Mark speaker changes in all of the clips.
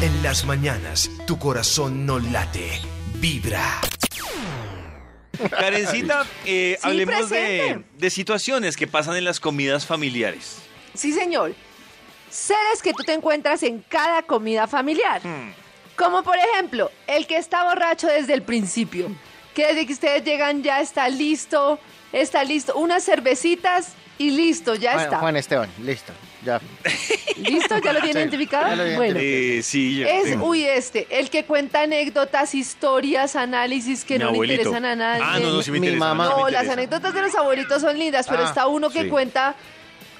Speaker 1: En las mañanas, tu corazón no late, vibra.
Speaker 2: Karencita, eh,
Speaker 3: Sí,
Speaker 2: hablemos de,
Speaker 3: presente.
Speaker 2: de situaciones que pasan en las comidas familiares.
Speaker 3: Sí, señor. Seres que tú te encuentras en cada comida familiar. Como por ejemplo, el que está borracho desde el principio. Que desde que ustedes llegan ya está listo, está listo. Unas cervecitas y listo, ya
Speaker 4: Juan,
Speaker 3: está.
Speaker 4: Juan Esteban, listo. Ya.
Speaker 3: ¿Listo? ¿Ya lo tiene
Speaker 4: Sí,
Speaker 3: identificado?
Speaker 4: ya lo
Speaker 3: bueno.
Speaker 4: identifiqué.
Speaker 2: Eh, sí, yo
Speaker 3: Es,
Speaker 2: tengo.
Speaker 3: uy, este, el que cuenta anécdotas, historias, análisis que
Speaker 2: Mi
Speaker 3: no
Speaker 2: abuelito.
Speaker 3: le interesan a nadie.
Speaker 2: Ah, no, no, sí me
Speaker 4: Mi
Speaker 2: interesa.
Speaker 4: mamá.
Speaker 2: no, sí me
Speaker 3: No, las
Speaker 2: interesa.
Speaker 3: anécdotas de los abuelitos son lindas, pero
Speaker 4: Ah,
Speaker 3: está uno que
Speaker 2: sí.
Speaker 3: cuenta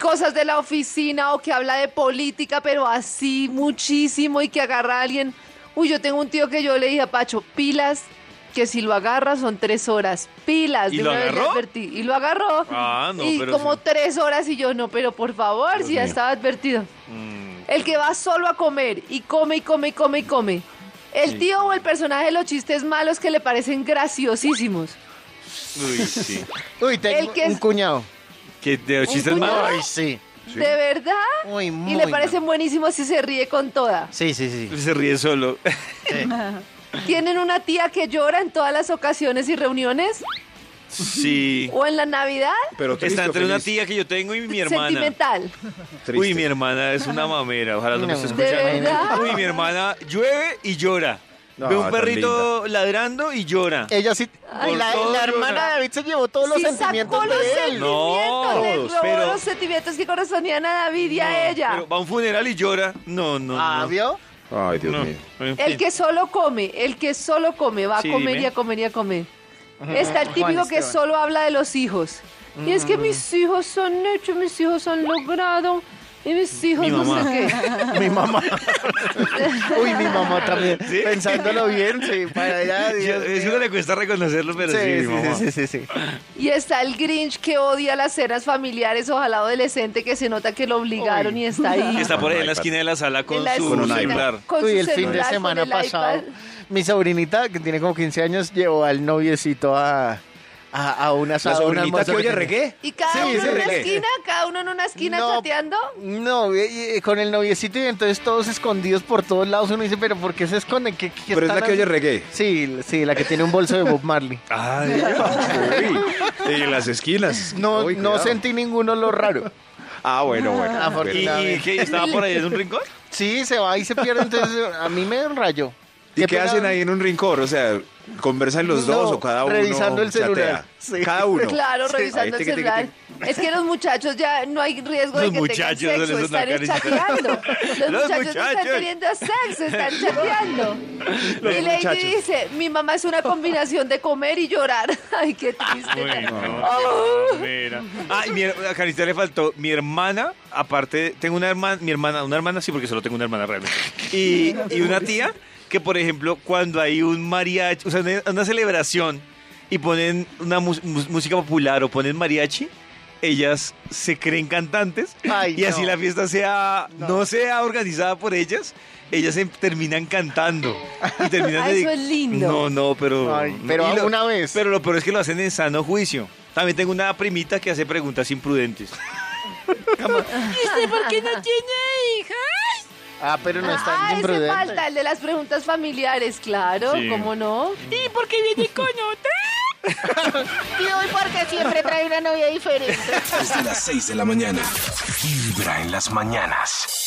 Speaker 3: cosas de la oficina o que habla de política, pero así muchísimo y que agarra a alguien. Uy, yo tengo un tío que yo le dije a Pacho, pilas, que si lo agarra son tres horas. Pilas,
Speaker 2: ¿Y
Speaker 3: de
Speaker 2: lo
Speaker 3: una vez le
Speaker 2: agarró?
Speaker 3: advertí. Y lo agarró.
Speaker 2: Ah, no,
Speaker 3: y
Speaker 2: pero
Speaker 3: como
Speaker 2: sí.
Speaker 3: tres horas y yo, no, pero por favor,
Speaker 2: Dios
Speaker 3: si ya
Speaker 2: mío.
Speaker 3: estaba advertido.
Speaker 2: Mm,
Speaker 3: El que va solo a comer y come y come y come y come. El tío o el personaje de los chistes malos que le parecen graciosísimos.
Speaker 2: uy, sí.
Speaker 4: Uy, tengo
Speaker 3: El que
Speaker 4: un
Speaker 3: es-
Speaker 4: cuñado.
Speaker 2: ¿Qué de los
Speaker 3: ¿Un
Speaker 2: chistes
Speaker 3: cuñado?
Speaker 2: malos?
Speaker 4: Ay, sí.
Speaker 2: Sí.
Speaker 3: ¿De verdad?
Speaker 4: Uy, muy
Speaker 3: Y le parecen
Speaker 4: mal.
Speaker 3: buenísimos si se ríe con toda.
Speaker 4: Sí, sí, sí.
Speaker 2: Se ríe solo.
Speaker 4: sí.
Speaker 3: ¿Tienen una tía que llora en todas las ocasiones y reuniones?
Speaker 2: Sí.
Speaker 3: ¿O en la Navidad?
Speaker 5: Pero triste
Speaker 2: Está
Speaker 5: o
Speaker 2: entre una
Speaker 5: feliz?
Speaker 2: tía que yo tengo y mi hermana.
Speaker 3: Sentimental.
Speaker 5: Triste.
Speaker 2: Uy, mi hermana es una mamera, ojalá no me
Speaker 4: No.
Speaker 2: esté
Speaker 4: ¿De
Speaker 2: escuchando.
Speaker 3: verdad?
Speaker 2: Uy, mi hermana llueve y llora.
Speaker 5: No,
Speaker 2: Ve un
Speaker 5: tan
Speaker 2: perrito ladrando y llora.
Speaker 4: Ella sí.
Speaker 2: Ay,
Speaker 4: la,
Speaker 2: todo
Speaker 4: la
Speaker 2: llora.
Speaker 4: hermana de David se llevó todos los
Speaker 3: Sí
Speaker 4: sentimientos
Speaker 3: sacó los
Speaker 4: de él.
Speaker 3: sentimientos,
Speaker 2: No,
Speaker 3: le
Speaker 2: todos,
Speaker 3: robó
Speaker 2: pero-
Speaker 3: los sentimientos que correspondían a David y a ella.
Speaker 2: Pero va a un funeral y llora. No, no,
Speaker 4: Ah,
Speaker 2: no.
Speaker 4: ¿vio?
Speaker 5: Ay, Dios
Speaker 2: No,
Speaker 5: mío.
Speaker 2: en
Speaker 3: El
Speaker 2: fin.
Speaker 3: que solo come, el que solo come, va
Speaker 2: Sí,
Speaker 3: a comer
Speaker 2: dime.
Speaker 3: y a comer y a comer. Está el
Speaker 4: Juan
Speaker 3: típico que
Speaker 4: Esteban.
Speaker 3: solo habla de los hijos. Y es
Speaker 2: Mm.
Speaker 3: que mis hijos son hechos, mis hijos han logrado, y mis hijos
Speaker 2: Mi
Speaker 3: no
Speaker 2: mamá.
Speaker 3: sé qué.
Speaker 4: Mi mamá. Uy, mi mamá también.
Speaker 2: ¿Sí?
Speaker 4: Pensándolo bien, sí. Para allá,
Speaker 2: Yo-
Speaker 4: Dios
Speaker 2: Es
Speaker 4: mío.
Speaker 2: que le cuesta reconocerlo, pero sí, mi
Speaker 4: Sí,
Speaker 2: mamá.
Speaker 4: sí, sí, sí, sí, sí.
Speaker 3: Y está el Grinch que odia las cenas familiares, ojalá adolescente, que se nota que lo obligaron y está ahí.
Speaker 2: Está por ahí en la
Speaker 5: iPad.
Speaker 2: esquina de la sala con
Speaker 3: en la
Speaker 2: su
Speaker 5: Con un
Speaker 3: esquina,
Speaker 2: celular.
Speaker 3: con
Speaker 4: Uy,
Speaker 3: su
Speaker 4: el fin de
Speaker 3: celular, con
Speaker 4: semana
Speaker 3: el
Speaker 4: pasado,
Speaker 3: iPad.
Speaker 4: mi sobrinita, que tiene como 15 años, llevó al noviecito a, a, a un
Speaker 5: ¿La
Speaker 4: asado. un
Speaker 5: sobrinita
Speaker 4: almuerzo
Speaker 5: que oye
Speaker 4: tenía.
Speaker 5: reggae?
Speaker 3: Y cada
Speaker 4: Sí,
Speaker 3: uno
Speaker 4: sí,
Speaker 3: en una
Speaker 4: regué.
Speaker 3: esquina, cada uno en una esquina chateando.
Speaker 4: No, eh, eh, con el noviecito y entonces todos escondidos por todos lados. Uno dice, pero ¿por qué se esconden? ¿Qué, qué
Speaker 5: Pero es
Speaker 4: están
Speaker 5: la que oye Ah,
Speaker 4: haciendo?"
Speaker 5: reggae.
Speaker 4: Sí, sí, la que tiene un bolso de Bob Marley.
Speaker 2: Ay,
Speaker 5: Uy, en las esquinas.
Speaker 4: No,
Speaker 5: Uy,
Speaker 4: no
Speaker 5: cuidado.
Speaker 4: sentí ninguno lo raro.
Speaker 5: Ah, bueno, bueno.
Speaker 2: ¿Y,
Speaker 4: Afortunadamente.
Speaker 2: y qué? ¿Estaba por ahí en un rincón?
Speaker 4: Sí, se va y se pierde, entonces a mí me rayó.
Speaker 5: ¿Y qué
Speaker 4: pena-
Speaker 5: hacen ahí en un rincón? O sea, ¿conversan los dos
Speaker 4: No,
Speaker 5: o cada uno
Speaker 4: revisando el
Speaker 5: chatea?
Speaker 4: celular. Sí.
Speaker 5: Cada uno.
Speaker 3: Claro,
Speaker 5: Sí. Ahí,
Speaker 3: revisando el
Speaker 5: tiqui, tiqui,
Speaker 3: celular.
Speaker 5: tiqui.
Speaker 3: Es que los muchachos ya no hay riesgo de
Speaker 2: Los
Speaker 3: que
Speaker 2: muchachos,
Speaker 3: tengan
Speaker 2: eso
Speaker 3: sexo,
Speaker 2: es la
Speaker 3: están es
Speaker 2: carita.
Speaker 3: chateando. Los,
Speaker 2: Los
Speaker 3: muchachos, no
Speaker 2: muchachos.
Speaker 3: están teniendo sexo, están chateando. y Lady
Speaker 5: muchachos.
Speaker 3: dice, mi mamá es una combinación de comer y llorar. Ay, qué triste.
Speaker 2: Mira. Ah, y mi, her- a Carita le faltó mi hermana, aparte, tengo una hermana, mi hermana, una hermana sí, porque solo tengo una hermana realmente. Y, y una tía que, por ejemplo, cuando hay un mariachi, o sea, una, una celebración y ponen una mus- mus- música popular o ponen mariachi, ellas se creen cantantes
Speaker 4: Ay,
Speaker 2: y así
Speaker 4: no.
Speaker 2: la fiesta sea no. sea organizada por ellas, ellas se terminan cantando y terminan
Speaker 3: Ah, eso
Speaker 2: dedic-
Speaker 3: es lindo.
Speaker 2: No, no, pero
Speaker 4: Ay,
Speaker 2: no,
Speaker 4: pero
Speaker 2: y lo-
Speaker 4: una vez.
Speaker 2: Pero lo peor es que lo hacen en sano juicio. También tengo una primita que hace preguntas imprudentes.
Speaker 6: por qué no tiene hija?
Speaker 4: Ah, pero no está
Speaker 3: Ah, ese
Speaker 4: imprudente.
Speaker 3: falta, el de las preguntas familiares, claro,
Speaker 2: Sí.
Speaker 3: ¿cómo no?
Speaker 6: ¿Y por qué viene con otra?
Speaker 7: Tío, ¿y por qué siempre trae una novia diferente?
Speaker 1: Desde las 6 de la mañana. Vibra en las mañanas.